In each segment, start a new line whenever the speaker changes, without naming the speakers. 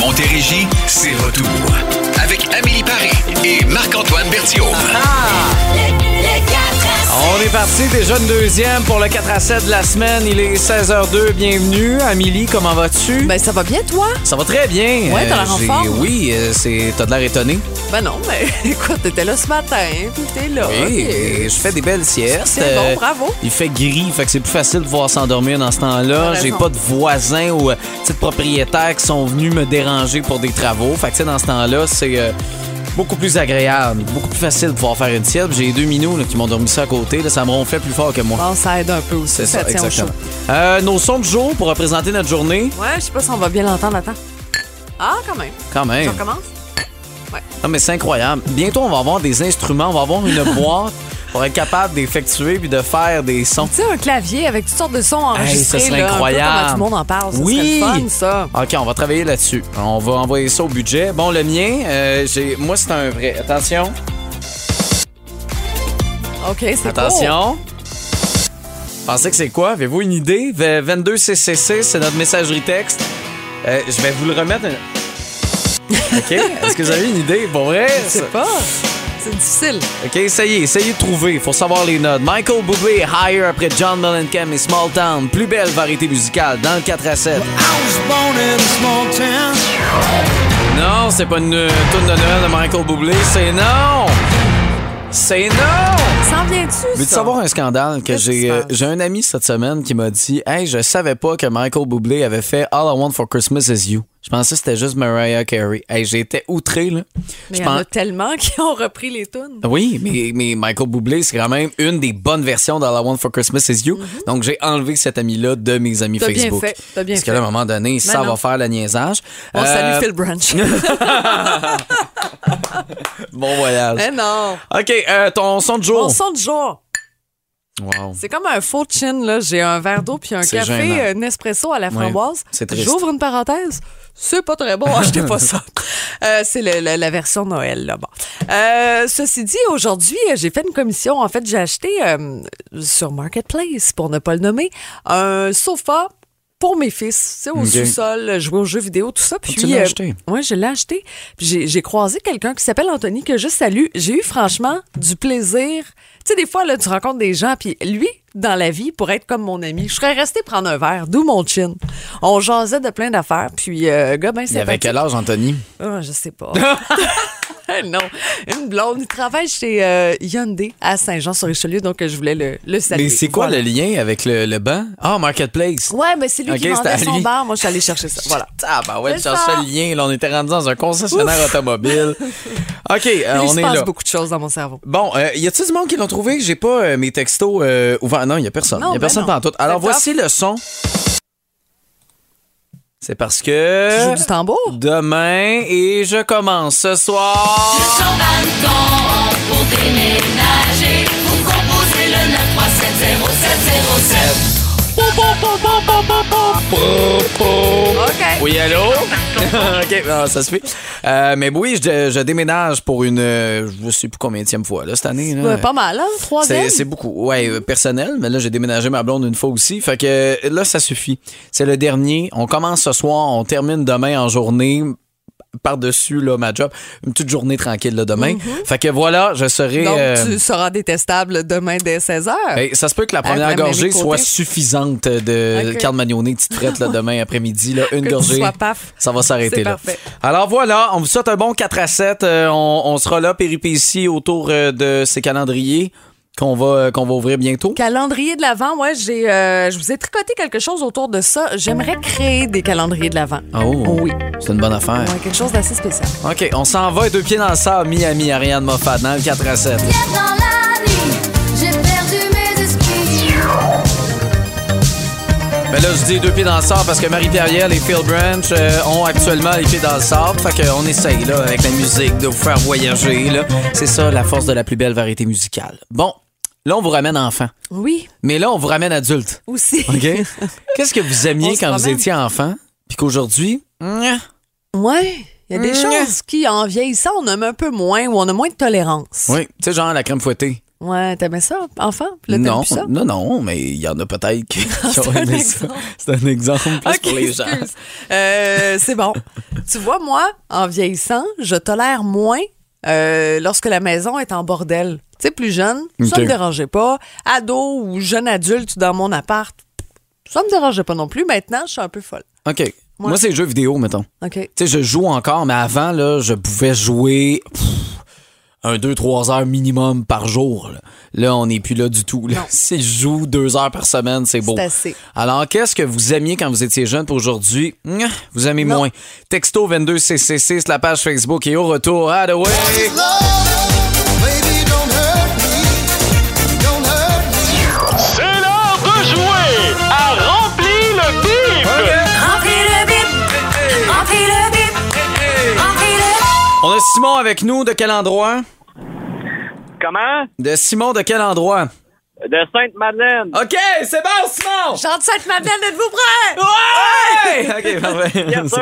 Montérégie, c'est retour. Avec Amélie Paris et Marc-Antoine Berthiaud.
On est parti déjà une deuxième pour le 4 à 7 de la semaine. Il est 16h02. Bienvenue. Amélie, comment vas-tu?
Ben, ça va bien, toi?
ça va très bien.
Ouais, t'as l'air en
j'ai-
forme.
Oui, euh, c'est- t'as de l'air étonné.
Ben non, mais écoute, t'étais là ce matin, puis t'es là.
Oui,
puis-
et je fais des belles siestes. euh,
C'est bon, bravo.
Il fait gris, fait que c'est plus facile de pouvoir s'endormir dans ce temps-là.
T'as
J'ai
raison.
pas de voisins ou euh, tu sais, de propriétaires qui sont venus me déranger pour des travaux. Fait que tu sais, dans ce temps-là, c'est euh, beaucoup plus agréable, beaucoup plus facile de pouvoir faire une sieste. J'ai deux minous là, qui m'ont dormi ça à côté. Là, ça me ronflait plus fort que moi.
Bon, ça aide un peu aussi.
C'est ça,
tient au
exactement. Euh, nos sons du jour pour représenter notre journée,
chaud. Ouais, je sais pas si on va bien l'entendre, attends. Ah, quand même.
quand
Je
même.
recommence?
Non, mais c'est incroyable. Bientôt, on va avoir des instruments, on va avoir une boîte pour être capable d'effectuer puis de faire des sons.
Tu sais, un clavier avec toutes sortes de sons
Hey,
enregistrés.
ça serait
là, un peu
incroyable.
comment tout le monde en parle. Ça
oui.
serait le fun, ça.
OK, on va travailler là-dessus. On va envoyer ça au budget. Bon, le mien, euh, j'ai... moi, c'est un vrai. Attention.
Oh! OK, c'est beau.
Attention. Pensez que c'est quoi? Avez-vous une idée? V- 22CCC, c'est notre messagerie texte. Euh, je vais vous le remettre. un- OK? Est-ce que vous avez une idée? Pour vrai?
Je
ça-
sais pas. C'est difficile.
OK, essayez, essayez de trouver. Faut savoir les notes. Michael Bublé, Higher après John Mellencamp et Small Town. Plus belle variété musicale dans le 4 à 7. Non, c'est pas une euh, toune de Noël de Michael Bublé. C'est non! C'est non!
S'en viens-tu,
Mais tu savoir un scandale que
Qu'est-ce qui
j'ai
se
euh,
passe?
j'ai un ami cette semaine qui m'a dit "Hey, je savais pas que Michael Bublé avait fait All I Want for Christmas is You." Je pensais que c'était juste Mariah Carey. Hey, j'étais outré là.
Mais
Je
il y en
pense-
a tellement qui ont repris les tunes.
oui, mais, mais Michael Bublé, c'est quand même une des bonnes versions d'All I Want for Christmas is You. Donc, j'ai enlevé cet ami-là de mes amis
Mhm. T'as bien
Facebook.
fait, t'as bien
Parce
fait.
que là, à un moment donné, ça
non.
va faire le niaisage.
On
Euh,
salue Phil Branch.
Bon voyage.
Mais Eh non.
OK, euh, ton son de
Mon
jour.
son du jour.
Wow.
C'est comme un faux chin, là. J'ai un verre d'eau puis un
C'est
café,
gênant.
un espresso à la framboise.
c'est triste.
J'ouvre une parenthèse. C'est pas très bon, achetez pas ça. Euh, c'est le- le- la version Noël, là. Bon. Euh, ceci dit, aujourd'hui, euh, j'ai fait une commission. En fait, j'ai acheté euh, sur Marketplace, pour ne pas le nommer, un sofa pour mes fils, tu sais, au
Ok.
sous-sol, jouer aux jeux vidéo, tout ça. Puis euh,
tu l'as acheté?
Oui, je l'ai acheté. Puis j'ai- j'ai croisé quelqu'un qui s'appelle Anthony, que je salue. J'ai eu franchement du plaisir. Tu sais, des fois, là, tu rencontres des gens, puis lui, dans la vie, pour être comme mon ami, je serais resté prendre un verre, d'où mon chin. On jasait de plein d'affaires, puis euh, gars, ben,
Il avait
sympathique.
quel âge, Anthony?
Ah, je sais pas. non, une blonde. Il travaille chez euh, Hyundai à Saint-Jean-sur-Richelieu, donc euh, je voulais le, le saluer.
Mais c'est quoi
Voilà.
le lien avec le, le banc? Ah, Marketplace.
Ouais, mais c'est lui qui
Ok,
vendait
c'était à
son
lui.
bar. Moi, je suis allée chercher ça. Voilà.
Ah, bah ouais, je
C'est ça.
cherchais le lien. Là, on était rendu dans un concessionnaire automobile. OK, euh,
Il
on
se
est
passe
là.
beaucoup de choses dans mon cerveau.
Bon, euh, y a-t-il du monde qui l'ont trouvé? J'ai pas euh, mes textos euh, ouverts. Non, y a personne.
Non,
y a
ben
personne
non.
pantoute. Alors
C'est top.
voici le son. C'est parce
Tu
que
joues du tambour?
demain et je commence ce soir.
Sur balcon, pour déménager, vous composez le 9370707.
OK.
Oui, allô? OK, non, ça suffit. Euh, mais oui, je, je déménage pour une, euh, je sais plus combien de fois là, cette année. là.
Ouais, pas mal, hein? Troisième.
C'est, c'est beaucoup. Ouais, euh, personnel, mais là, j'ai déménagé ma blonde une fois aussi. Fait que euh, là, ça suffit. C'est le dernier. On commence ce soir, on termine demain en journée. Par-dessus, là, ma job. Une petite journée tranquille, là, demain. Fait que voilà, je serai.
Mm-hmm. Donc,
euh,
tu seras détestable demain dès 16h.
hey, ça se peut que la
Avec
première
la
gorgée
Mary Poppins.
soit suffisante de
Ok.
Carl Magnonnet, petite frette, là, demain après-midi. Là, une
Que tu
gorgée.
sois paf.
Ça va s'arrêter
C'est
là.
parfait.
Alors voilà, on vous souhaite un bon 4 à 7. Euh, on, on sera là, péripéties, autour euh, de ces calendriers qu'on va, euh, qu'on va ouvrir bientôt.
Calendrier de l'Avent, ouais, j'ai, euh, je vous ai tricoté quelque chose autour de ça. J'aimerais créer des calendriers de l'Avent.
Oh,
Oui.
C'est une bonne affaire.
Ouais, quelque chose d'assez spécial.
OK, on s'en va, deux pieds dans le sable, Miami, Ariane Moffat, dans le 4 à 7.
Hier dans la nuit, j'ai perdu mes esprits.
Mais Ben là, je dis deux pieds dans le sable parce que Marie-Pierre et Phil Branch euh, ont actuellement les pieds dans le sable. Fait qu'on essaye, là, avec la musique, de vous faire voyager, là. C'est ça, la force de la plus belle variété musicale. Bon, là, on vous ramène enfant.
Oui,
Mais là, on vous ramène adulte.
aussi.
OK? Qu'est-ce que vous
On
aimiez
se
quand vous
promène.
étiez enfant, puis qu'aujourd'hui, hein,
Ouais. Il y a des
Mm.
choses qui, en vieillissant, on aime un peu moins ou on a moins de tolérance.
oui, tu sais, genre la crème fouettée.
Ouais, t'aimais ça, enfant? Là, t'aimes
non,
plus ça? Ah,
non, non, mais il y en a peut-être qui, qui
C'est
ont
un
aimé ça.
exemple.
C'est un exemple plus
Ok,
pour les gens.
excuse. Euh, c'est bon. Tu vois, moi, en vieillissant, je tolère moins euh, lorsque la maison est en bordel. Tu sais, plus jeune, ça
Ok.
me dérangeait pas. Ado ou jeune adulte dans mon appart, ça me dérangeait pas non plus. Maintenant, je suis un peu folle.
OK. Moi, c'est les jeux vidéo, mettons.
OK.
Tu sais, je joue encore, mais avant, là, je pouvais jouer pff, un, deux, trois heures minimum par jour. Là, Là, on n'est plus là du tout. là. Si je joue deux heures par semaine, c'est beau.
assez.
Alors, qu'est-ce que vous aimiez quand vous étiez jeune pour aujourd'hui? Nya, Vous aimez
Non.
moins. Texto 22CC6, la page Facebook et au retour, ah, the way.
C'est l'heure de jouer à Remplis le bip!
Remplis le bip, remplis le bip, remplis le
On a Simon avec nous. De quel endroit?
Comment?
De Simon, de quel endroit?
De Sainte-Madeleine.
OK, c'est bon, Simon!
Jean de Sainte-Madeleine, êtes-vous prêts?
Ouais! OK, parfait.
Yes,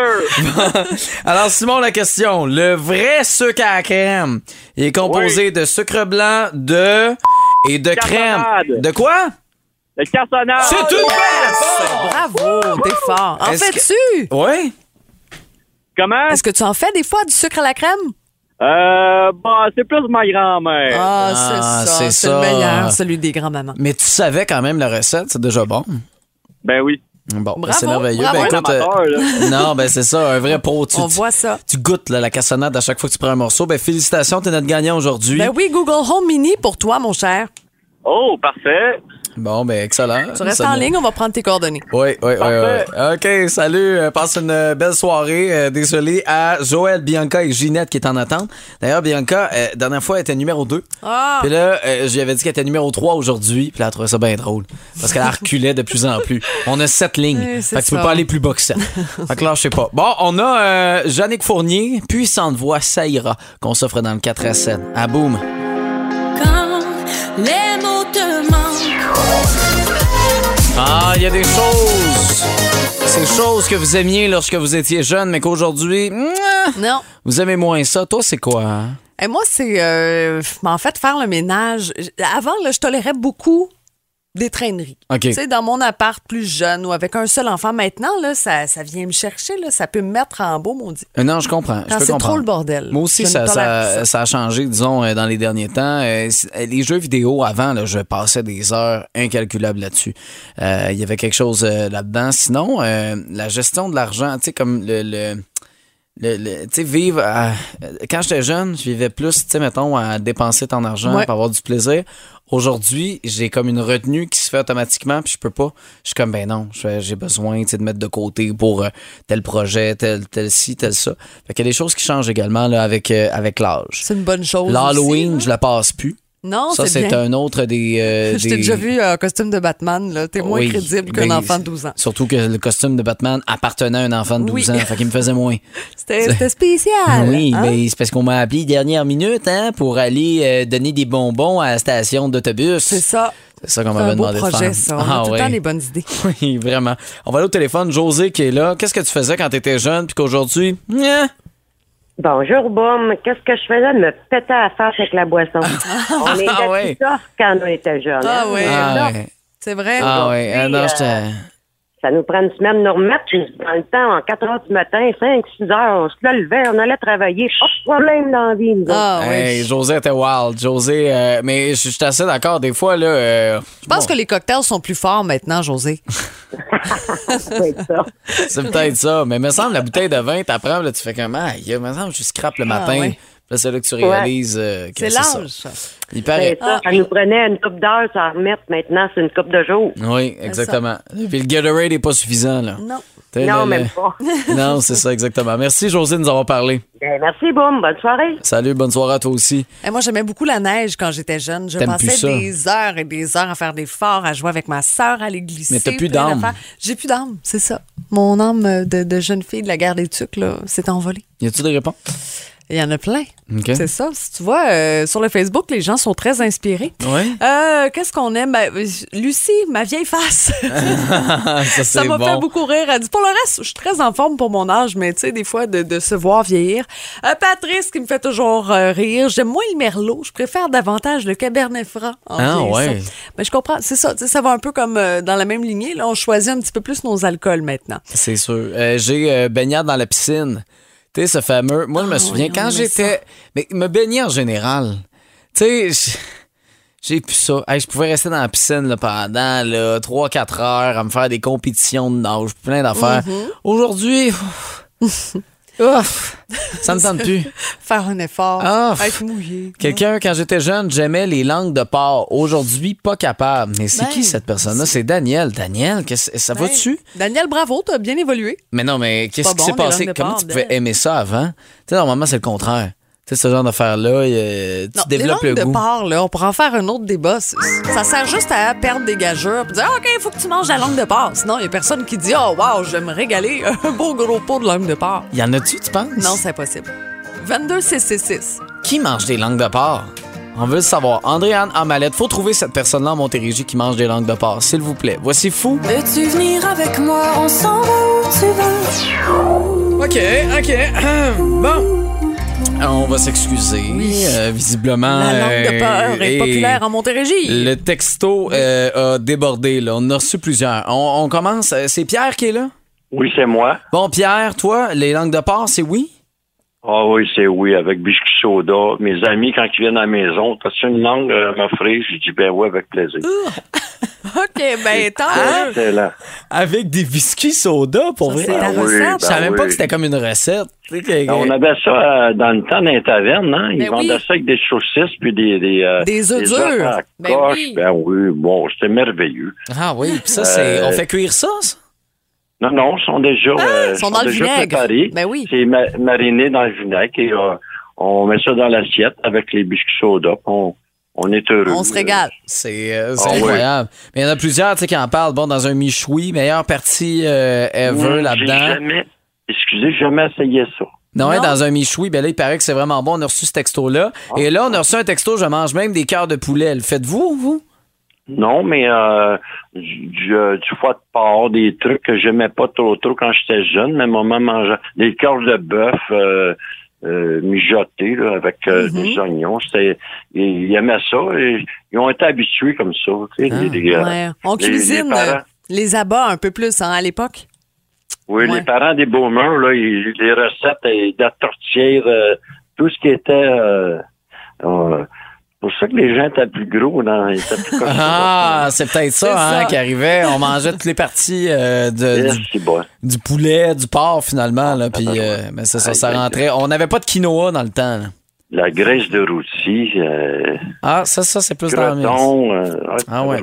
sir.
Alors, Simon, la question. Le vrai sucre à la crème il est composé de sucre blanc, de. et de crème.
Cassonade.
De quoi?
Le cassonade.
C'est une bonne
Bravo, t'es fort. En
Est-ce
fais-tu?
réponse! Ouais?
Comment?
Est-ce que tu en fais des fois du sucre à la crème?
Euh, bon, c'est plus ma grand-mère.
Ah,
Ah,
c'est ça.
c'est
C'est le
ça.
meilleur, celui des grands-mamans.
Mais tu savais quand même la recette, c'est déjà bon.
Ben oui.
Bon, ben,
Bravo,
c'est merveilleux.
bravo.
Ben, écoute, euh,
Amateur, là.
non, ben c'est ça, un vrai pro. Tu,
On
tu-
voit ça.
tu goûtes là, la cassonade à chaque fois que tu prends un morceau. Ben félicitations, t'es notre gagnant aujourd'hui.
Ben oui, Google Home Mini pour toi, mon cher.
Oh, parfait.
Bon, ben excellent.
Tu restes
Ça
en
nous-
ligne, on va prendre tes coordonnées.
Oui, oui, oui,
Parfait.
oui. OK, salut. euh, passe une euh, belle soirée. Euh, désolé à Joël, Bianca et Ginette qui est en attente. D'ailleurs, Bianca, euh, dernière fois, elle était numéro 2.
Ah!
Puis là, euh, je lui avais dit qu'elle était numéro 3 aujourd'hui. Puis là, elle trouvait ça bien drôle. Parce qu'elle reculait de plus en plus. On a sept lignes.
Oui, c'est
fait que tu peux
ça.
pas aller plus bas que sept. fait que là, je sais pas. Bon, on a euh, Yannick Fournier, puissante voix, ça ira, qu'on s'offre dans le 4 à 7. Ah, boum.
bip. Quand les mots te manquent,
Ah, il y a des choses. Ces choses que vous aimiez lorsque vous étiez jeune, mais qu'aujourd'hui, mouah,
Non.
vous aimez moins ça. Toi, c'est quoi? hein?
Et moi, c'est. euh, en fait, faire le ménage. J- Avant, là, je tolérais beaucoup des traîneries.
OK.
Tu sais, dans mon appart plus jeune ou avec un seul enfant, maintenant, là, ça, ça vient me chercher. Là, ça peut me mettre en beau, mon Dieu.
Euh, Non, je comprends. Je
Quand
peux
Ah, c'est
comprendre.
trop le bordel.
Moi aussi,
Je ne
ça,
tolère
ça-
ça.
ça a changé, disons, euh, dans les derniers temps. Euh, c- euh, Les jeux vidéo, avant, là, je passais des heures incalculables là-dessus. Euh, Il y avait quelque chose euh, là-dedans. Sinon, euh, la gestion de l'argent, tu sais, comme le... le- le- le- tu sais, vivre. à- euh, quand j'étais jeune, je vivais plus, tu sais, mettons, à dépenser ton argent
Ouais.
pour avoir du plaisir. Aujourd'hui, j'ai comme une retenue qui se fait automatiquement, puis je peux pas. Je suis comme, ben non, je fais- j'ai besoin, tu sais, de mettre de côté pour euh, tel projet, tel, tel ci, tel ça. Fait qu'il y a des choses qui changent également, là, avec, euh, avec l'âge.
C'est une bonne chose.
L'Halloween,
aussi,
je la passe plus.
là. Non,
ça,
c'est
c'est
bien.
un autre des. euh,
Je t'ai
des-
déjà vu euh, en costume de Batman. là. T'es moins
Oui, ben,
crédible
mais
qu'un enfant de 12 ans.
Surtout que le costume de Batman appartenait à un enfant de
Oui.
12 ans, fait qu'il me faisait moins.
C'était c'était spécial.
Ah Oui,
hein?
mais c'est parce qu'on m'a appelé dernière minute hein, pour aller euh, donner des bonbons à la station d'autobus.
C'est ça.
C'est ça qu'on
C'est un
m'avait
beau
demandé
projet,
de faire.
ça. On
Ah
a tout
oui.
le temps les bonnes idées.
Oui, vraiment. On va aller au téléphone. José qui est là. Qu'est-ce que tu faisais quand t'étais jeune puis qu'aujourd'hui? Hein? Nya.
Bonjour, Boum. Qu'est-ce que je faisais de me péter à la face avec la boisson? on était
Ah ouais.
tout ça quand on était jeunes.
Ah
hein.
ouais.
Ah
Ça,
ouais.
C'est vrai.
Ah ouais. Ah non,
euh,
j'étais-
Ça nous prend une semaine de nous remettre. puis Dans le temps, en 4 heures du matin, 5, 6 heures, on se levait, on allait travailler. Pas de problème dans la vie, nous autres.
Ah ouais.
Hey, José était wild. José, euh, mais je je suis assez d'accord. Des fois, là. euh,
Je pense que les cocktails sont plus forts maintenant, José.
Ça peut être ça.
C'est peut-être ça. Mais me semble, la bouteille de vin, t'apprends, là, tu fais comme, ah, il me semble, que je scrape le matin.
Ah ouais.
Là, c'est là que tu réalises euh, que
C'est
ça.
l'âge. Ben, ça.
Il paraît.
C'est ça. Ça nous prenait une coupe d'heures, ça remettre. Maintenant, c'est une coupe de jours.
Oui, exactement. Puis le Gatorade n'est pas suffisant, Eh là.
Non.
T'as le-
Non,
le-
même pas.
non, c'est ça, exactement. Merci, José, de nous avoir parlé.
Ben, merci, Boum. Bonne soirée.
Salut, bonne soirée à toi aussi.
Et moi, j'aimais beaucoup la neige quand j'étais jeune. Je
T'aimes plus
passais
ça.
des heures et des heures à faire des forts, à jouer avec ma sœur, à aller glisser.
Mais t'as plus
plein
d'âme.
d'affaires. J'ai plus d'âme, c'est ça. Mon âme de, de jeune fille de la guerre des tucs, là, s'est envolée.
Y a-tu des réponses?
Il y en a plein.
OK.
C'est ça. Si tu vois, euh, sur le Facebook, les gens sont très inspirés.
Ouais.
Euh, Qu'est-ce qu'on aime? Ben, euh, Lucie, ma vieille face.
Ah,
Ça
ça, c'est
m'a fait
bon.
beaucoup rire. Elle dit, pour le reste, je suis très en forme pour mon âge, mais tu sais, des fois, de, de se voir vieillir. Euh, Patrice, qui me fait toujours euh, rire. J'aime moins le merlot. Je préfère davantage le cabernet franc. En
Ah,
vieillissant.
ouais.
Mais je comprends. C'est ça. Tu sais, ça va un peu comme euh, dans la même lignée. Là, on choisit un petit peu plus nos alcools maintenant.
C'est sûr. Euh, J'ai euh, baignade dans la piscine. Tu sais, ce fameux. Moi, je me
Ah,
souviens,
oui,
quand
on met
j'étais. Mais me baigner en général. Tu sais, j- j'ai plus ça. Hey, je pouvais rester dans la piscine là, pendant là, 3-4 heures à me faire des compétitions de nage, plein d'affaires.
Mm-hmm.
Aujourd'hui. ouf, ouf, ça me tente plus.
Faire un effort,
Ah, pff.
être mouillé.
Quelqu'un, quand j'étais jeune, j'aimais les langues de porc. Aujourd'hui, pas capable. Mais c'est
Ben,
qui cette personne-là? C'est Daniel. Daniel, qu'est-ce- ça
Ben,
va-tu?
Daniel, bravo, t'as bien évolué.
Mais non, mais qu'est-ce
pas
qui
bon,
s'est
les
passé?
langues de
Comment
porc,
tu pouvais
ben.
aimer ça avant? Tu sais, normalement, c'est le contraire. Tu sais, ce genre d'affaires-là, euh, tu
Non,
développes
les
le
langues
goût.
de porc, là, on pourrait en faire un autre débat. C- Ça sert juste à perdre des gageurs et dire Ah, OK, il faut que tu manges la langue de porc. Sinon, il n'y a personne qui dit Oh, wow, je vais me régaler un beau gros pot de langue de porc.
Y en a-tu, tu penses?
Non, c'est impossible. 22 CC6.
Qui mange des langues de porc? On veut le savoir. Andréane Amalette, faut trouver cette personne-là en Montérégie qui mange des langues de porc, s'il vous plaît. Voici Fou.
Veux-tu venir avec moi? On s'en va où tu vas?
OK, OK. bon. Ah, On va s'excuser. Euh, visiblement.
La langue de
peur
porc est populaire en Montérégie.
Le texto euh, a débordé, là. On en a reçu plusieurs. On, on commence. Euh, C'est Pierre qui est là?
Oui, c'est moi.
Bon, Pierre, toi, les langues de porc, c'est oui?
Ah oui, c'est oui, avec biscuit soda. Mes amis, quand ils viennent à la maison, t'as-tu une langue euh, à m'offrir? J'ai dit, ben oui, avec plaisir.
Euh, OK, ben, tant mieux.
Excellent.
Avec des biscuits soda, pour
Ça, c'est ta
Ah Ben oui,
recette.
Je savais même pas
oui. Ben,
que c'était comme une recette. Tu sais que-
On avait ça euh, dans le temps dans les tavernes, hein? Ils
Ben
vendaient
oui.
ça avec des saucisses puis des... Des,
Ah!
euh,
Des œufs
à
durs.
la
Ben
coche.
oui.
Ben oui, bon, c'était merveilleux.
Ah oui, pis ça, c'est.
Euh,
On fait cuire ça, ça?
Non, non, ils sont déjà, euh,
Ah, ils sont dans le
déjà
vinaigre.
préparés.
Ben oui.
C'est ma- mariné dans le vinaigre et euh, on met ça dans l'assiette avec les biscuits soda. On, on est heureux.
On se régale.
C'est euh, c'est
Ah oui.
incroyable. Mais il y en a plusieurs tu sais, qui en parlent. Bon, dans un michoui, meilleure partie euh, ever
Oui, J'ai
là-dedans.
jamais, excusez, j'ai jamais essayé ça.
Non, hein,
Non.
dans un michoui, ben là, il paraît que c'est vraiment bon. On a reçu ce texto-là.
Ah.
Et là, on a reçu un texto, je mange même des cœurs de poulet. Le faites-vous, vous?
Non, mais euh, du, du, euh, du foie de porc, des trucs que j'aimais pas trop trop quand j'étais jeune, mais mon maman mangeait des corps de bœuf euh, euh, mijotés là, avec euh,
Mhm.
des oignons. C'était, ils, ils aimaient ça. et ils ont été habitués comme ça. tu sais, les- les, euh,
Ah. Ouais. On
les- les
cuisine euh,
parents.
les, abats un peu plus hein, à l'époque.
Oui,
Ouais.
les parents des boomers, là, ils- les recettes euh, de la tourtière, euh, tout ce qui était... Euh, euh, pour ça que les gens étaient plus gros, dans, ils étaient plus
Ah, c'est peut-être ça,
C'est
hein,
ça.
qui arrivait. On mangeait toutes les parties euh, de-
Yes,
du,
c'est bon.
du poulet, du porc, finalement. Là, puis, euh, mais c'est ça, ça
Aïe, aïe, aïe.
rentrait. On n'avait pas de quinoa dans le temps. là.
La graisse de rôti, euh,
Ah, ça, ça c'est plus dans le mix.
Croton, euh,
Ah ouais.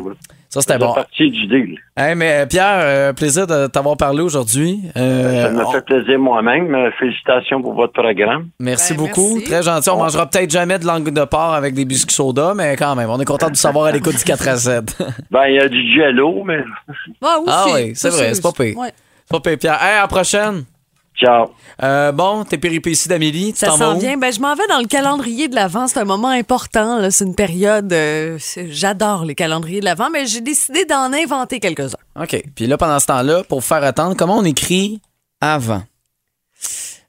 Ça,
C'est
c'était bon.
partie du deal.
Hey, mais euh, Pierre, euh, plaisir de t'avoir parlé aujourd'hui. Euh,
Ça me
on-
fait plaisir moi-même. Euh, Félicitations pour votre programme.
Merci
Ben,
beaucoup.
merci.
Très gentil. On mangera peut-être jamais de langue de porc avec des biscuits soda, mais quand même, on est content de vous savoir à l'écoute du 4 à 7.
Ben, il y a du jello, mais
Ah,
Ah oui, c'est vrai, c'est pas pire.
Ouais.
Pas pire, Pierre. Hey, à la prochaine.
ciao.
Euh, bon, tes péripéties d'Amélie, tu
Ça
t'en vas
s'en
où?
vient. Ben, je m'en vais dans le calendrier de l'Avent. C'est un moment important. là. C'est une période. euh, c'est- J'adore les calendriers de l'Avent, mais j'ai décidé d'en inventer quelques-uns.
OK. Puis là, pendant ce temps-là, pour vous faire attendre, comment on écrit avant?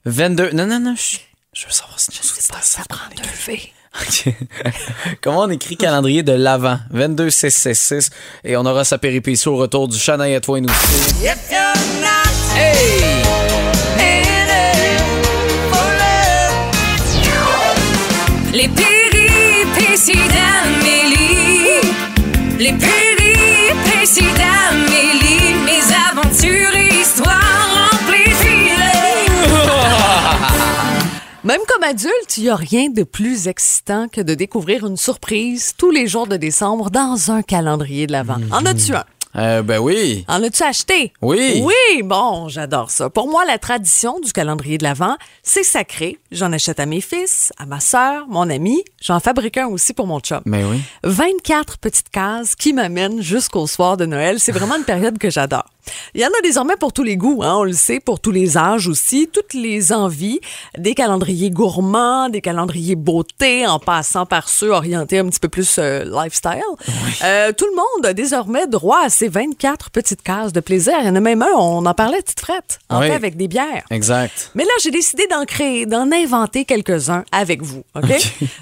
22. Non, non, non. chut. Je veux savoir si ça prend
Un V.
OK. Comment on écrit calendrier de l'avant? 22 6 Et on aura sa péripétie au retour du Chanel à toi et nous.
Les péripéties d'Amélie. Les péripéties d'Amélie. Mes aventures et histoires en plaisir.
Même comme adulte, il n'y a rien de plus excitant que de découvrir une surprise tous les jours de décembre dans un calendrier de l'Avent. En as-tu un?
Euh, ben oui.
En as-tu acheté?
Oui.
Oui, bon, j'adore ça. Pour moi, la tradition du calendrier de l'Avent, c'est sacré. J'en achète à mes fils, à ma sœur, mon ami. J'en fabrique un aussi pour mon chum.
Ben oui.
24 petites cases qui m'amènent jusqu'au soir de Noël. C'est vraiment une période que j'adore. Il y en a désormais pour tous les goûts, hein, on le sait, pour tous les âges aussi, toutes les envies, des calendriers gourmands, des calendriers beauté, en passant par ceux orientés un petit peu plus euh, lifestyle. Euh, tout le monde a désormais droit à ces 24 petites cases de plaisir. Il y en a même un, on en parlait, petite frette, en
Oui.
fait avec des bières.
Exact.
Mais là, j'ai décidé d'en créer, d'en inventer quelques-uns avec vous, OK?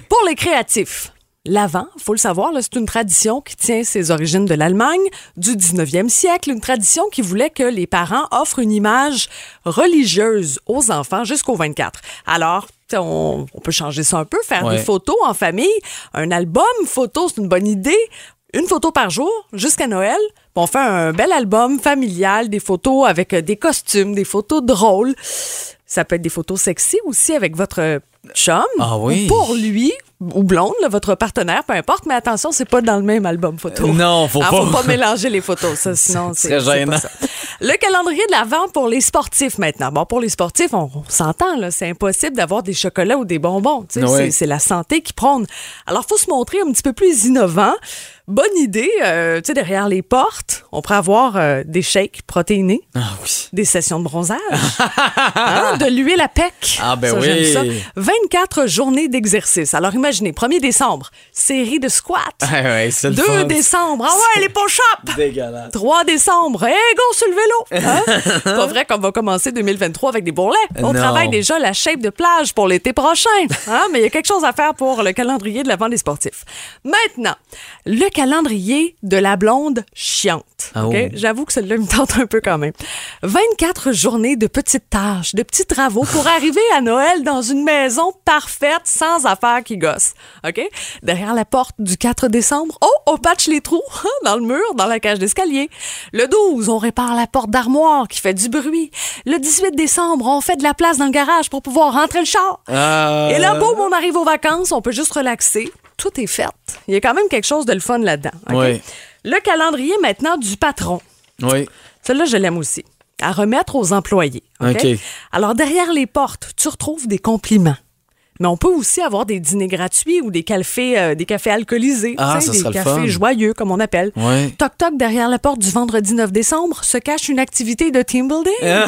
Pour les créatifs. L'avant, faut le savoir, là, c'est une tradition qui tient ses origines de l'Allemagne du 19e siècle, une tradition qui voulait que les parents offrent une image religieuse aux enfants jusqu'au 24. Alors, t'sais, on, on peut changer ça un peu, faire
Ouais.
des photos en famille, un album photo, c'est une bonne idée, une photo par jour jusqu'à Noël. Puis On fait un bel album familial, des photos avec euh, des costumes, des photos drôles. Ça peut être des photos sexy aussi avec votre euh, chum
Ah oui.
ou pour lui ou blonde, là, votre partenaire, peu importe, mais attention, c'est pas dans le même album photo.
Non, faut
Ah,
pas.
faut pas mélanger les photos, ça, sinon
Ce
c'est
serait
c'est
gênant.
pas ça. Le calendrier de l'Avent pour les sportifs maintenant. Bon, pour les sportifs, on, on s'entend, là, c'est impossible d'avoir des chocolats ou des bonbons. tu sais,
Ouais.
c'est- C'est la santé qui prône. Alors, faut se montrer un petit peu plus innovant. Bonne idée, euh, tu sais, derrière les portes, on pourrait avoir euh, des shakes protéinés,
Ah oui.
des sessions de bronzage, hein, de l'huile à pec.
Ah, ben
Ça,
oui.
j'aime ça. 24 journées d'exercice. Alors, imaginez, 1er décembre, série de squats.
Ouais, ouais, c'est le
2
fun.
décembre, ah ouais, les push-ups!
Dégueulasse.
3 décembre, hey, go sur le vélo! Hein? C'est pas vrai qu'on va commencer 2023 avec des bourrelets. On
Non.
travaille déjà la shape de plage pour l'été prochain. Hein? Mais il y a quelque chose à faire pour le calendrier de la vente des sportifs. Maintenant, le calendrier de la blonde chiante.
Ah
OK?
oh.
J'avoue que celle-là me tente un peu quand même. 24 journées de petites tâches, de petits travaux pour arriver à Noël dans une maison parfaite sans affaires qui gossent. OK? Derrière la porte du 4 décembre, oh, on patche les trous hein, dans le mur, dans la cage d'escalier. Le 12, on répare la porte d'armoire qui fait du bruit. Le 18 décembre, on fait de la place dans le garage pour pouvoir rentrer le char.
Ah.
Et là, boum, on arrive aux vacances, on peut juste relaxer. Tout est fait. Il y a quand même quelque chose de le fun là-dedans. OK?
Ouais.
Le calendrier maintenant du patron.
Oui.
Celle-là, je l'aime aussi. À remettre aux employés. OK?
OK.
Alors, derrière les portes, tu retrouves des compliments. Mais on peut aussi avoir des dîners gratuits ou des cafés, euh, des cafés alcoolisés,
Ah,
tu sais,
ça
des
serait le
cafés
fun.
joyeux, comme on appelle.
Ouais.
Toc-toc, derrière la porte du vendredi 9 décembre, se cache une activité de team building.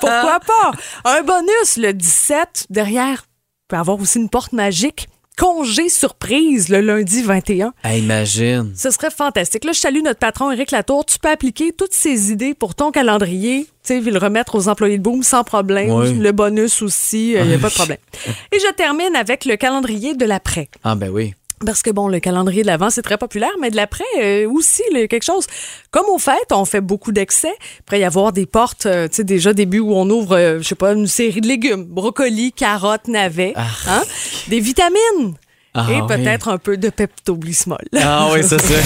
Pourquoi pas? Un bonus le 17, derrière, peut avoir aussi une porte magique. Congé surprise le lundi 21.
Ah, imagine.
Ce serait fantastique. Là, je salue notre patron Éric Latour. Tu peux appliquer toutes ces idées pour ton calendrier, tu sais, puis le remettre aux employés de Boom sans problème.
Oui.
Le bonus aussi, il n'y a pas de problème. Et je termine avec le calendrier de l'après.
Ah, ben oui.
Parce que bon, le calendrier de l'avant, c'est très populaire, mais de l'après euh, aussi, il y a quelque chose. Comme aux fêtes, on fait beaucoup d'excès. Après, y avoir des portes, euh, tu sais, déjà début où on ouvre, euh, je sais pas, une série de légumes, brocolis, carottes, navets, hein? des vitamines
Ah
et
oui.
peut-être un peu de pepto-bismol.
Ah oui, ça serait.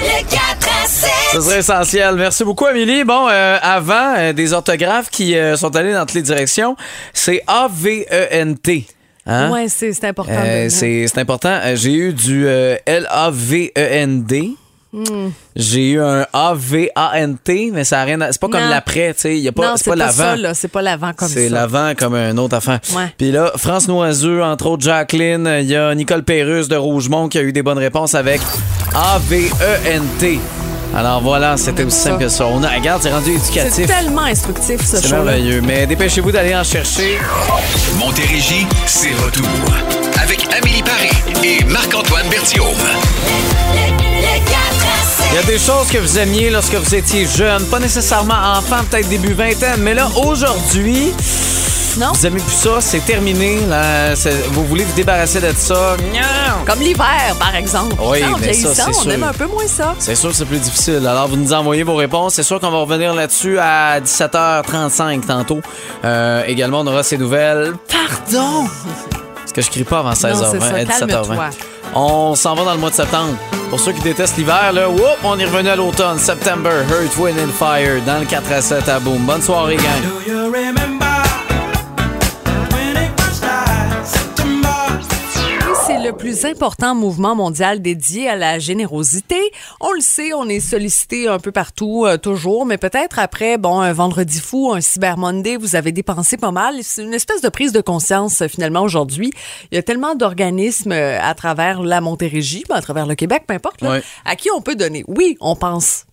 Le 4 à 7.
Ça serait essentiel. Merci beaucoup, Amélie. Bon, euh, avant, euh, des orthographes qui euh, sont allés dans toutes les directions, c'est A-V-E-N-T. Hein?
Ouais, Ah, ben, c'est c'est important.
Euh,
de-
c'est c'est important. Euh, J'ai eu du euh, L-A-V-E-N-D. E
Hmm.
J'ai eu un A-V-A-N-T, mais ça a rien à- C'est pas comme
Non.
l'après, tu sais. y a pas-
non,
C'est pas
ça,
l'avant.
là. C'est pas l'avant comme ça.
C'est l'avant comme un autre affaire.
Ouais.
Puis là, France Noiseux, entre autres Jacqueline, il y a Nicole Pérusse de Rougemont qui a eu des bonnes réponses avec A-V-E-N-T. Alors voilà, c'était aussi simple que ça. On a, regarde, c'est rendu
C'est
éducatif.
tellement instructif, ce
C'est
show-là.
merveilleux. Mais dépêchez-vous d'aller en chercher.
Montérégie, c'est retour. Avec Amélie Paris et Marc-Antoine Bertiaume.
Le 4 à 7.
Il y a des choses que vous aimiez lorsque vous étiez jeune, pas nécessairement enfant, peut-être début vingtaine, mais là, aujourd'hui,
Non?
vous aimez plus ça, c'est terminé. Là, c'est- vous voulez vous débarrasser de ça. Miaou!
Comme l'hiver, par exemple.
Oui,
Non,
mais ça,
vieillissant,
c'est
on
sûr.
aime un peu moins ça.
C'est sûr que c'est plus difficile. Alors, vous nous envoyez vos réponses. C'est sûr qu'on va revenir là-dessus à 17h35 tantôt. Euh, également, on aura ces nouvelles. Pardon! Parce que je crie pas avant 16h20,
c'est ça.
à 17h20.
Calme-toi.
On s'en va dans le mois de septembre. Pour ceux qui détestent l'hiver, là, whoop, on est revenu à l'automne. September, Hurt, Wind and Fire, dans le 4 à 7 à Boom. Bonne soirée, gang!
Oui, c'est le plus important mouvement mondial dédié à la générosité. On le sait, on est sollicité un peu partout, euh, toujours, mais peut-être après, bon, un vendredi fou, un Cyber Monday, vous avez dépensé pas mal. C'est une espèce de prise de conscience, euh, finalement, aujourd'hui. Il y a tellement d'organismes euh, à travers la Montérégie, ben, à travers le Québec, peu importe, là,
Ouais.
à qui on peut donner. Oui, on pense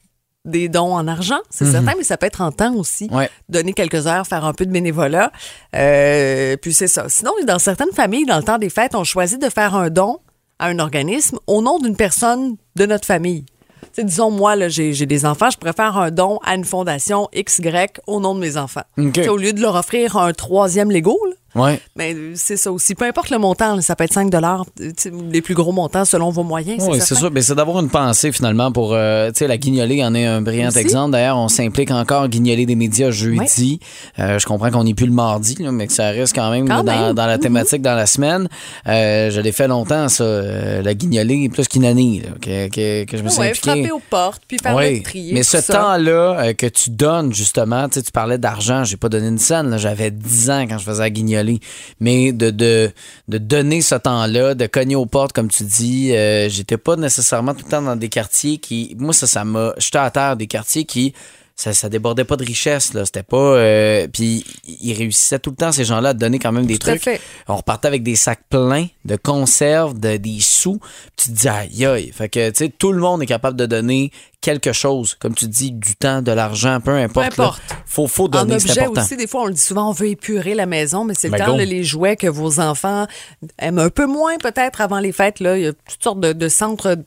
des dons en argent, c'est certain, mais ça peut être en temps aussi.
Ouais.
Donner quelques heures, faire un peu de bénévolat. Euh, puis c'est ça. Sinon, dans certaines familles, dans le temps des fêtes, on choisit de faire un don à un organisme au nom d'une personne de notre famille. Tu sais, disons, moi, là, j'ai j'ai des enfants, je pourrais faire un don à une fondation XY au nom de mes enfants.
Mm, OK.
Tu sais, Au lieu de leur offrir un troisième Lego, là,
Ouais.
Mais euh, c'est ça aussi. Peu importe le montant, là, ça peut être 5 tu sais, les plus gros montants selon vos moyens.
Oui, c'est
certain.
sûr. Mais c'est d'avoir une pensée, finalement, pour. euh, tu sais, la guignolée en est un brillant
Aussi.
exemple. D'ailleurs, on s'implique encore guignolée des médias jeudi. Euh, je comprends qu'on n'est plus le mardi, là, mais que ça reste quand même,
Quand
là, dans,
même. Mhm.
dans la thématique, dans la semaine. Euh, je l'ai fait longtemps, ça. euh, la guignolée, plus qu'une année, là, que, que- que je me suis
Ouais,
impliqué.
frapper aux portes, puis faire
Oui,
le trier.
Mais
tout
ce
ça.
temps-là euh, que tu donnes, justement, tu sais, tu parlais d'argent, j'ai pas donné une scène, là, j'avais 10 ans quand je faisais la guignolée. Mais de, de, de donner ce temps-là, de cogner aux portes, comme tu dis, euh, j'étais pas nécessairement tout le temps dans des quartiers qui. Moi, ça, ça m'a. J'étais à terre des quartiers qui. Ça, ça débordait pas de richesse, là. C'était pas. euh, puis ils réussissaient tout le temps, ces gens-là, à donner quand même des
Tout à
trucs.
fait.
On repartait avec des sacs pleins de conserves, de, des sous. Puis tu te dis, aïe, aïe. Fait que, tu sais, tout le monde est capable de donner quelque chose. Comme tu dis, du temps, de l'argent, peu importe.
Peu
là.
importe.
Faut, faut
En
donner, c'est
objet
important.
aussi, des fois, on le dit souvent, on veut épurer la maison, mais c'est le
Ben
temps,
donc.
là, les jouets que vos enfants aiment un peu moins, peut-être, avant les fêtes. Là. Il y a toutes sortes de, de centres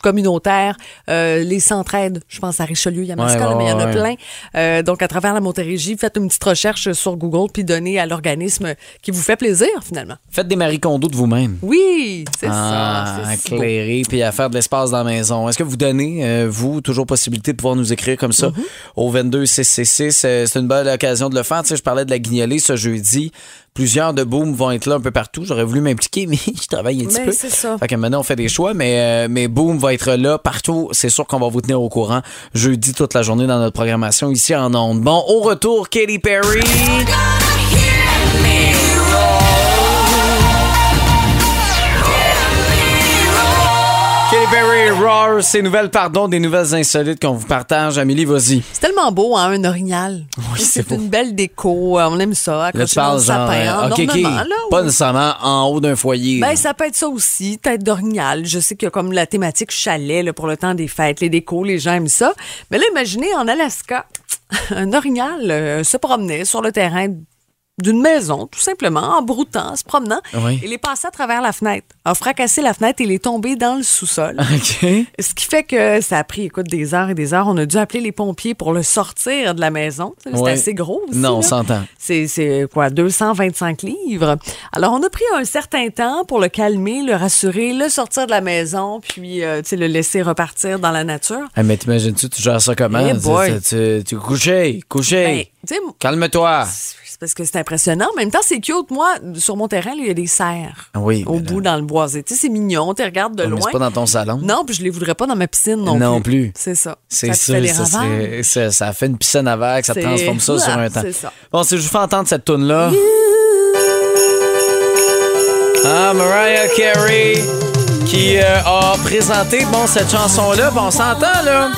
communautaires, euh, les centres aides, je pense à Richelieu, il y a Mascal,
ouais,
mais il y en a
ouais.
plein. Euh, donc, à travers la Montérégie, faites une petite recherche sur Google, puis donnez à l'organisme qui vous fait plaisir, finalement.
Faites des marie condos de vous-même.
Oui, c'est
Ah,
ça. c'est si beau.
éclairer, puis à faire de l'espace dans la maison. Est-ce que vous donnez, euh, vous, toujours possibilité de pouvoir nous écrire comme ça
Mm-hmm.
au 22 666? Euh, C'est une bonne occasion de le faire. Tu sais, je parlais de la guignolée ce jeudi. Plusieurs de boom vont être là un peu partout. J'aurais voulu m'impliquer, mais je travaille un petit
Mais
peu.
c'est ça.
Fait que maintenant, on fait des choix, mais, euh, mais Boom va être là partout. C'est sûr qu'on va vous tenir au courant jeudi toute la journée dans notre programmation ici en Onde. Bon, au retour, Katy Perry. Katy Perry, Roar, ses nouvelles, pardon, des nouvelles insolites qu'on vous partage. Amélie, vas-y.
C'est tellement beau, hein, un orignal.
c'est
c'est
beau.
une belle déco. euh, On aime ça.
Là, tu
Accroché dans
parles
le
genre,
sapin,
euh,
en
ok, ok,
ornement, là,
pas
oui.
nécessairement en haut d'un foyer.
Ben, ça peut être ça aussi, tête d'orignal. Je sais qu'il y a comme la thématique chalet là, pour le temps des fêtes, les décos, les gens aiment ça. Mais là, imaginez en Alaska, un orignal euh, se promenait sur le terrain d'une maison, tout simplement, en broutant, en se promenant.
Oui.
Il est passé à travers la fenêtre, a fracassé la fenêtre et il est tombé dans le sous-sol.
OK.
Ce qui fait que ça a pris, écoute, des heures et des heures. On a dû appeler les pompiers pour le sortir de la maison. C'est
Ouais.
assez gros aussi.
Non, on
là.
s'entend.
C'est- C'est quoi, 225 livres. Alors, on a pris un certain temps pour le calmer, le rassurer, le sortir de la maison, puis euh, tu sais, le laisser repartir dans la nature.
Ah, mais t'imagines-tu, tu gères ça comment?
Eh
Tu-
boy.
tu, tu, tu- couchez, couchez.
Ben, tu sais,
Calme-toi.
C'est parce que c'est impressionnant. En même temps, c'est cute. Moi, sur mon terrain, là, il y a des cerfs
Ah oui,
au
mais là- Oh,
bout dans le boisé. Tu sais, c'est mignon. Tu les regardes de
Mais
loin.
c'est pas dans ton salon.
Non, puis je les voudrais pas dans ma piscine non,
Non plus.
C'est ça.
C'est
ça. te fait
sûr,
des
ça,
ravages.
c'est- ça, ça fait une piscine à vague, ça te
C'est-
transforme ça
Ah,
sur un temps.
c'est ça.
Bon, si je vous fais entendre cette tune là Ah, Mariah Carey qui euh, a présenté bon, cette chanson-là. Bon, on s'entend, là.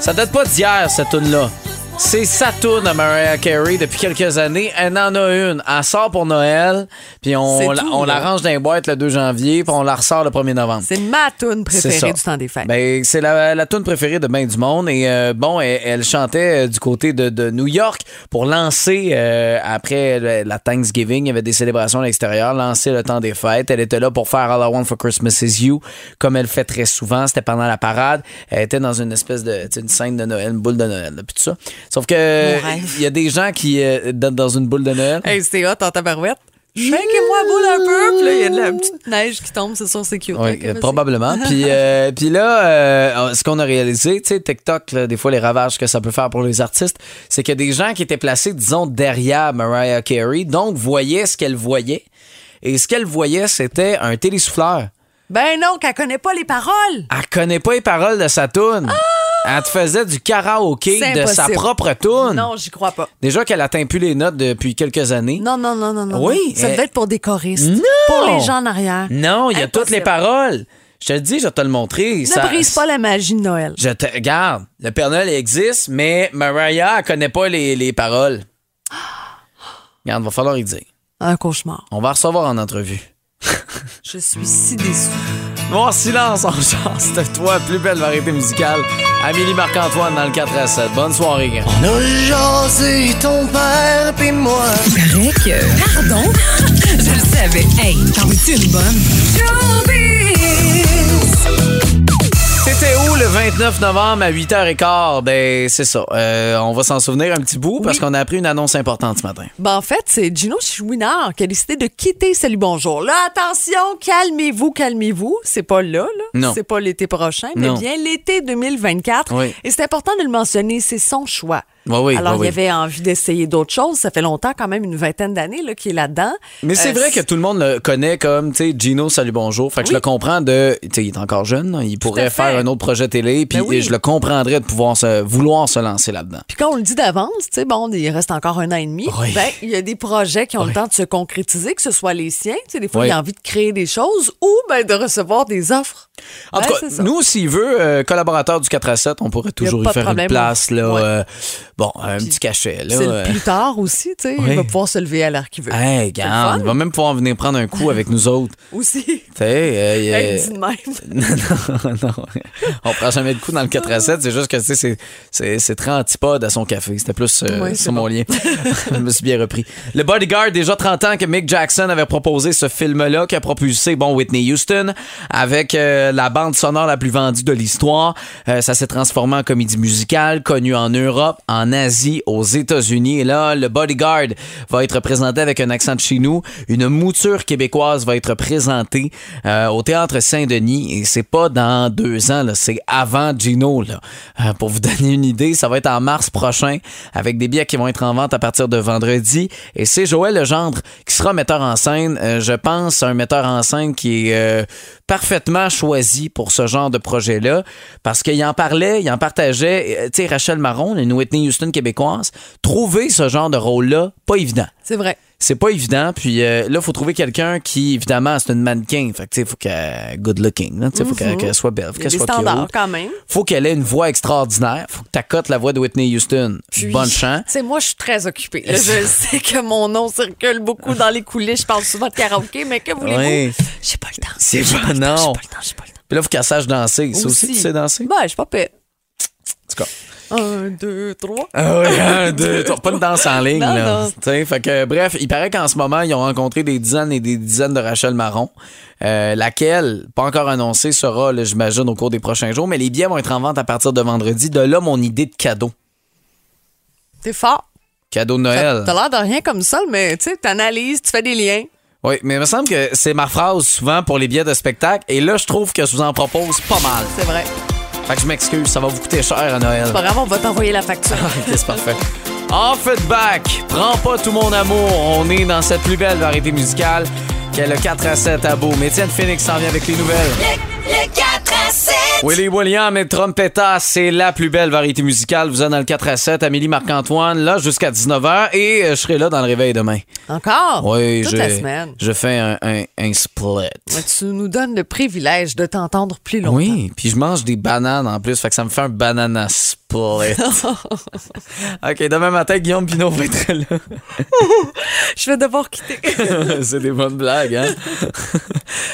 Ça date pas d'hier, cette tune là C'est sa tune à Mariah Carey depuis quelques années. Elle en a une. Elle sort pour Noël, puis on,
C'est
la-
tout,
on la
là.
range dans les boîtes le 2 janvier, puis on la ressort le 1er novembre.
C'est ma toune
C'est
préférée
ça.
du temps des fêtes.
Ben, c'est la, la tune préférée de bien du monde. Et euh, bon, elle, elle chantait euh, du côté de, de New York pour lancer, euh, après le- la Thanksgiving, il y avait des célébrations à l'extérieur, lancer le temps des fêtes. Elle était là pour faire All I Want for Christmas Is You, comme elle fait très souvent. C'était pendant la parade. Elle était dans une espèce de tu sais, une scène de Noël, une boule de Noël, là, puis tout ça. Sauf que
Mon rêve.
il y a des gens qui euh, donnent dans une boule de Noël.
Hey, c'est hot en tabarouette. Shake-moi boule un peu. Puis là, il y a de la petite neige qui tombe, c'est sûr, c'est cute.
Oui,
Ok,
euh,
vas-y.
probablement. Puis, euh, puis là, euh, ce qu'on a réalisé, tu sais, TikTok, là, des fois, les ravages que ça peut faire pour les artistes, c'est que des gens qui étaient placés, disons, derrière Mariah Carey, donc voyaient ce qu'elle voyait. Et ce qu'elle voyait, c'était un télésouffleur.
Ben non, qu'elle connaît pas les paroles.
Elle connaît pas les paroles de sa toune. Elle te faisait du karaoké
Ah! C'est
de sa
impossible.
propre toune.
Non, j'y crois pas.
Déjà qu'elle atteint plus les notes depuis quelques années.
Non, non, non, non, non.
Oui,
Ça
euh,
devait être pour des choristes.
Non!
Pour les gens en arrière.
Non, il y a toutes les
Impossible.
paroles. Je te le dis, je vais te le montrer.
Ne brise pas la magie de Noël.
Je te regarde. Le Père Noël existe, mais Mariah elle connaît pas les, les paroles. Regarde, va falloir y dire.
Un cauchemar.
On va recevoir en entrevue.
Je suis si déçue.
Bon, silence, on chance. C'était toi, plus belle variété musicale. Amélie Marc-Antoine dans le 4 à 7. Bonne soirée, gars.
paraît que. Pardon? Je le savais. Hey, t'en veux-tu une bonne?
C'était où le 29 novembre à 8h15? Ben, c'est ça. Euh, on va s'en souvenir un petit bout parce qu'on a appris une annonce importante ce matin.
Ben, en fait, c'est Gino Chouinard qui a décidé de quitter Salut Bonjour. Là, attention, calmez-vous, calmez-vous. C'est pas là, là.
Non.
C'est pas l'été prochain, mais
Non.
bien l'été 2024.
Oui.
Et c'est important de le mentionner, c'est son choix.
Ouais, oui,
Alors,
ouais,
il
oui.
avait envie d'essayer d'autres choses. Ça fait longtemps, quand même, une vingtaine d'années là, qu'il est là-dedans.
Mais c'est
Euh,
vrai que tout le monde le connaît comme, tu sais, Gino, salut, bonjour. Fait que je le comprends de, tu sais, il est encore jeune, hein, il pourrait faire un autre projet télé, puis
Ben oui.
je le comprendrais de pouvoir se, vouloir se lancer là-dedans.
Puis quand on le dit d'avance, tu sais, bon, il reste encore un an et demi,
Oui.
ben, il y a des projets qui ont le temps de se concrétiser, que ce soit les siens, tu sais, des fois,
Oui.
il a envie de créer des choses ou ben, de recevoir des offres.
En
Ben,
tout
c'est
cas,
ça.
nous, s'il veut, euh, collaborateur du 4 à 7, on pourrait
Y a
toujours
pas
lui
de
faire une
problème. hein.
place, là. euh, bon, un petit cachet, là.
C'est
euh. Ah.
le plus tard aussi, tu sais,
oui.
il va pouvoir se lever à l'heure qu'il veut.
Hey,
C'est le
regarde,
fun.
il va même pouvoir venir prendre un coup avec nous autres.
Aussi.
Tu sais, euh, il,
Hey,
euh,
dis de même.
non, non, non. On prend jamais de coup dans le 4 à 7. C'est juste que, tu sais, c'est- c'est c'est très antipode à son café. C'était plus euh,
Ouais, c'est
sur mon lien. Je me suis bien repris. Le Bodyguard, déjà 30 ans que Mick Jackson avait proposé ce film-là, qui a propulsé, bon, Whitney Houston, avec euh, la bande sonore la plus vendue de l'histoire. Euh, ça s'est transformé en comédie musicale, connue en Europe, en Asie, aux États-Unis. Et là, le Bodyguard va être présenté avec un accent de chez nous. Une mouture québécoise va être présentée euh, au Théâtre Saint-Denis. Et c'est pas dans deux ans, là, c'est avant Gino. Là. Euh, pour vous donner une idée, ça va être en mars prochain avec des billets qui vont être en vente à partir de vendredi. Et c'est Joël Legendre qui sera metteur en scène. Euh, je pense un metteur en scène qui est euh, parfaitement choisi pour ce genre de projet-là parce qu'il en parlait, il en partageait. Euh, Tu sais, Rachel Marron, une Whitney Houston québécoise, trouver ce genre de rôle-là, pas évident.
C'est vrai.
C'est pas évident. Puis euh, là, faut trouver quelqu'un qui, évidemment, c'est une mannequin. Fait que, tu sais, faut qu'elle good looking. là. Tu sais, faut qu'elle qu'elle soit belle. Faut
Mm-hmm. Il y a des
qu'elle soit
standards
cute.
quand même.
Faut qu'elle ait une voix extraordinaire. Faut que t'accotes la voix de Whitney Houston. Bonne chance.
Tu sais, moi, je suis très occupée. Là, je sais que mon nom circule beaucoup dans les coulisses. Je parle souvent de karaoké, mais que voulez-vous?
Oui.
J'ai pas le temps.
C'est
J'ai
pas
le temps,
non.
J'ai pas le temps, j'ai pas le temps.
Puis là, faut qu'elle sache danser. Ça aussi, tu sais danser?
Ben, je suis pas pète.
En tout cas.
Un, deux, trois.
Ah oui, un, deux, trois. Pas de danse en ligne,
Non,
là.
non.
Tu sais, fait que, bref, il paraît qu'en ce moment, ils ont rencontré des dizaines et des dizaines de Rachel Marron, euh, laquelle, pas encore annoncée, sera, là, j'imagine, au cours des prochains jours, mais les billets vont être en vente à partir de vendredi. De là, mon idée de cadeau.
T'es fort.
Cadeau de
T'as
Noël.
t'as l'air de rien comme ça, mais tu sais, t'analyses, tu fais des liens.
Oui, mais il me semble que c'est ma phrase souvent pour les billets de spectacle, et là, je trouve que je vous en propose pas mal.
C'est vrai.
Fait que je m'excuse, ça va vous coûter cher à Noël.
C'est pas grave, on va t'envoyer la facture.
Ok, c'est Ah, parfait. En feedback, prends pas tout mon amour. On est dans cette plus belle variété musicale qu'est le 4 à 7 à beau. Mais Étienne Phoenix s'en vient avec les nouvelles.
Le 4 à 7.
Willy William et Trompetta, c'est la plus belle variété musicale. Vous êtes dans le 4 à 7. Amélie Marc-Antoine, là, jusqu'à 19h. Et euh, je serai là dans le réveil demain.
Encore?
oui,
Oh, Toute
je,
la semaine.
je fais un, un- un split.
Mais tu nous donnes le privilège de t'entendre plus longtemps.
Oui, puis je mange des bananes en plus, fait que ça me fait un banana split. OK, demain matin, Guillaume Pinot va être là.
Je vais devoir quitter.
c'est des bonnes blagues, hein?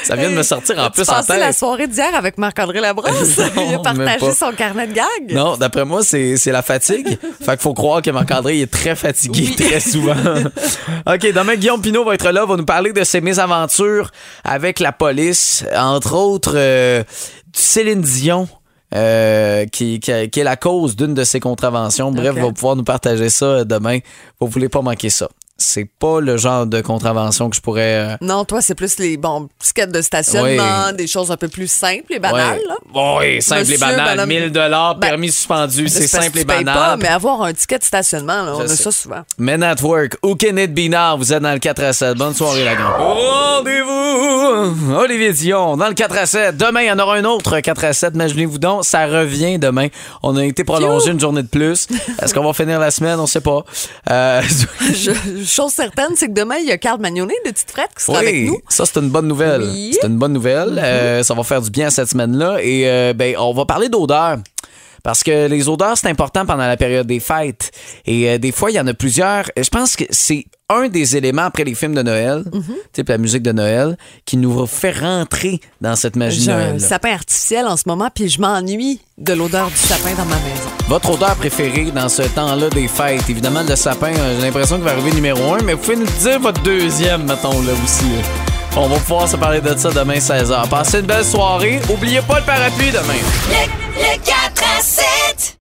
ça vient de me sortir en
As-tu
plus en
passé la
tête.
soirée d'hier avec Marc-André Labrosse.
Non,
Il a
même
partagé
pas.
son carnet de gags.
Non, d'après moi, c'est c'est la fatigue. fait qu'il faut croire que Marc-André il est très fatigué
Oui.
très souvent. OK, demain, Guillaume Pinot va être là, va nous parler de ses mésaventures avec la police. Entre autres, euh, Céline Dion. euh, qui, qui- qui est la cause d'une de ses contraventions. Bref,
OK.
va pouvoir nous partager ça euh, demain. Vous voulez pas manquer ça. C'est pas le genre de contravention que je pourrais euh,
Non, toi, c'est plus les bon, sketchs de stationnement,
Oui.
des choses un peu plus simples et banales.
Ouais.
là.
Oui, simple
Monsieur,
et banal.
madame-
1000 dollars,
Ben,
permis suspendu, c'est
parce que
simple
tu
et
payes Pas,
banal.
mais avoir un ticket de stationnement, là, on
Je
a
sais.
ça souvent.
Men at work, who can it be now? Vous êtes dans le 4 à 7. Bonne soirée, la grande. Rendez-vous! Olivier Dion, dans le 4 à 7. Demain, il y en aura un autre 4 à 7. Imaginez-vous donc, ça revient demain. On a été prolongé une journée de plus. Est-ce qu'on va finir la semaine? On sait pas. Euh,
Je- chose certaine, c'est que demain, il y a Carl Magnonet de Petite Frette qui sera avec nous.
Ça, c'est une bonne nouvelle.
Oui. Mm-hmm.
C'est une bonne nouvelle. Euh, ça va faire du bien cette semaine-là. Et euh, ben, on va parler d'odeurs. Parce que les odeurs, c'est important pendant la période des fêtes. Et euh, des fois, il y en a plusieurs. Je pense que c'est un des éléments après les films de Noël,
Mm-hmm.
type la musique de Noël, qui nous fait rentrer dans cette magie
J'ai
de
un
Noël.
sapin artificiel en ce moment, puis je m'ennuie de l'odeur du sapin dans ma maison.
Votre odeur préférée dans ce temps-là des fêtes? Évidemment, le sapin, euh, j'ai l'impression qu'il va arriver numéro un, mais vous pouvez nous dire votre deuxième, mettons, là aussi. là. On va pouvoir se parler de ça demain 16h. Passez une belle soirée. Oubliez pas le parapluie demain.
Le, le 4 à 7.